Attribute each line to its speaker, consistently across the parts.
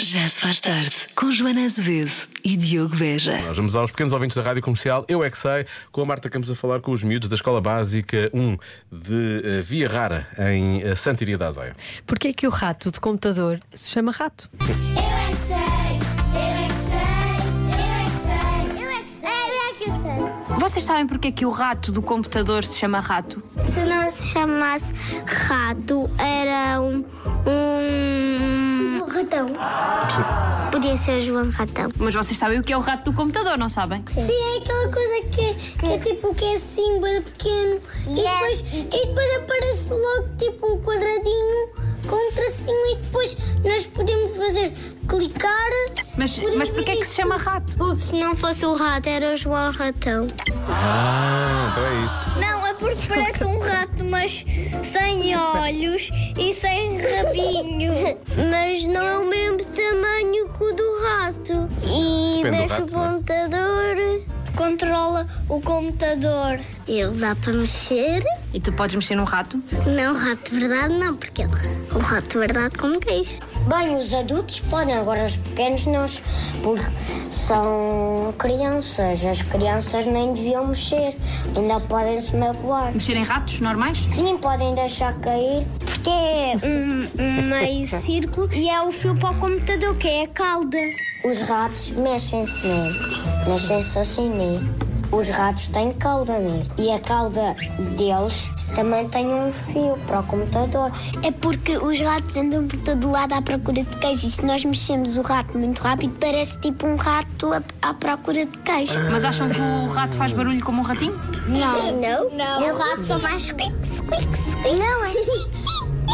Speaker 1: Já se faz tarde com Joana Azevedo e Diogo Veja.
Speaker 2: Nós vamos aos pequenos ouvintes da Rádio Comercial, eu é que sei, com a Marta Campos a falar com os miúdos da Escola Básica 1 de eh, Via Rara, em eh, Santiria da Azóia.
Speaker 3: Porquê é que o rato de computador se chama rato?
Speaker 4: Eu é que sei, eu é que sei, eu é que sei, eu é que sei, eu é
Speaker 5: Vocês sabem porque é que o rato do computador se chama rato?
Speaker 4: que sei. Se não se chamasse rato, era um. um. ratão. Podia ser João Ratão.
Speaker 5: Mas vocês sabem o que é o rato do computador, não sabem?
Speaker 4: Sim, é aquela coisa que, que é tipo que é assim, bem pequeno, e, depois, e depois aparece logo tipo um quadradinho com um tracinho, e depois nós podemos fazer clicar.
Speaker 5: Mas, mas porque é que se chama rato?
Speaker 4: Porque se não fosse o rato, era o João Ratão.
Speaker 2: Ah, então é isso.
Speaker 4: Não, é porque parece um rato, mas sem olhos e sem rabinho. Mas não é o mesmo tamanho que o do rato.
Speaker 2: Depende
Speaker 4: E
Speaker 2: do
Speaker 4: mexe
Speaker 2: rato,
Speaker 4: o
Speaker 2: não é?
Speaker 4: computador, controla o computador. Ele dá para mexer?
Speaker 5: E tu podes mexer num rato?
Speaker 4: Não, rato de verdade não, porque o rato de verdade como queijo. Bem, os adultos podem, agora os pequenos não, porque são crianças. As crianças nem deviam mexer, ainda podem se magoar.
Speaker 5: Mexer em ratos normais?
Speaker 4: Sim, podem deixar cair. Porque é um, um meio círculo e é o fio para o computador, que é a cauda. Os ratos mexem-se nele. Mexem-se assim nele. Os ratos têm cauda nele. E a cauda deles também tem um fio para o computador. É porque os ratos andam por todo lado à procura de queijo. E se nós mexemos o rato muito rápido, parece tipo um rato à, à procura de queijo.
Speaker 5: Mas acham que o rato faz barulho como um ratinho?
Speaker 4: Não. Não? Não. O rato só faz squeak, squeak, squeak. Não, é.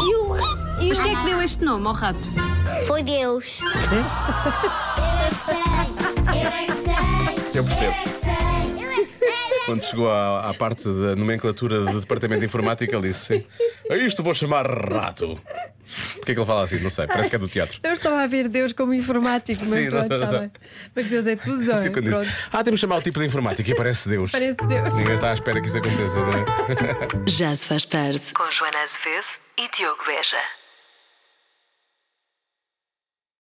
Speaker 4: E o rato.
Speaker 5: Mas quem é que deu este nome ao rato?
Speaker 4: Ah, Foi Deus. é
Speaker 2: Eu percebo.
Speaker 4: é
Speaker 2: Quando chegou à, à parte da nomenclatura do Departamento de Informática, ele disse: "Sim, A isto vou chamar rato. Porquê é que ele fala assim? Não sei, parece que é do teatro.
Speaker 3: Eu estava a ver Deus como informático, mas
Speaker 2: Sim, não,
Speaker 3: pronto,
Speaker 2: não,
Speaker 3: está
Speaker 2: não.
Speaker 3: bem. Mas Deus é tudo, não é?
Speaker 2: Assim, quando diz,
Speaker 3: Pronto,
Speaker 2: ah, temos de chamar o tipo de informática e parece Deus.
Speaker 3: parece Deus.
Speaker 2: Ninguém está à espera que isso aconteça, não é?
Speaker 1: Já se faz tarde com Joana Azevedo e Diogo Veja.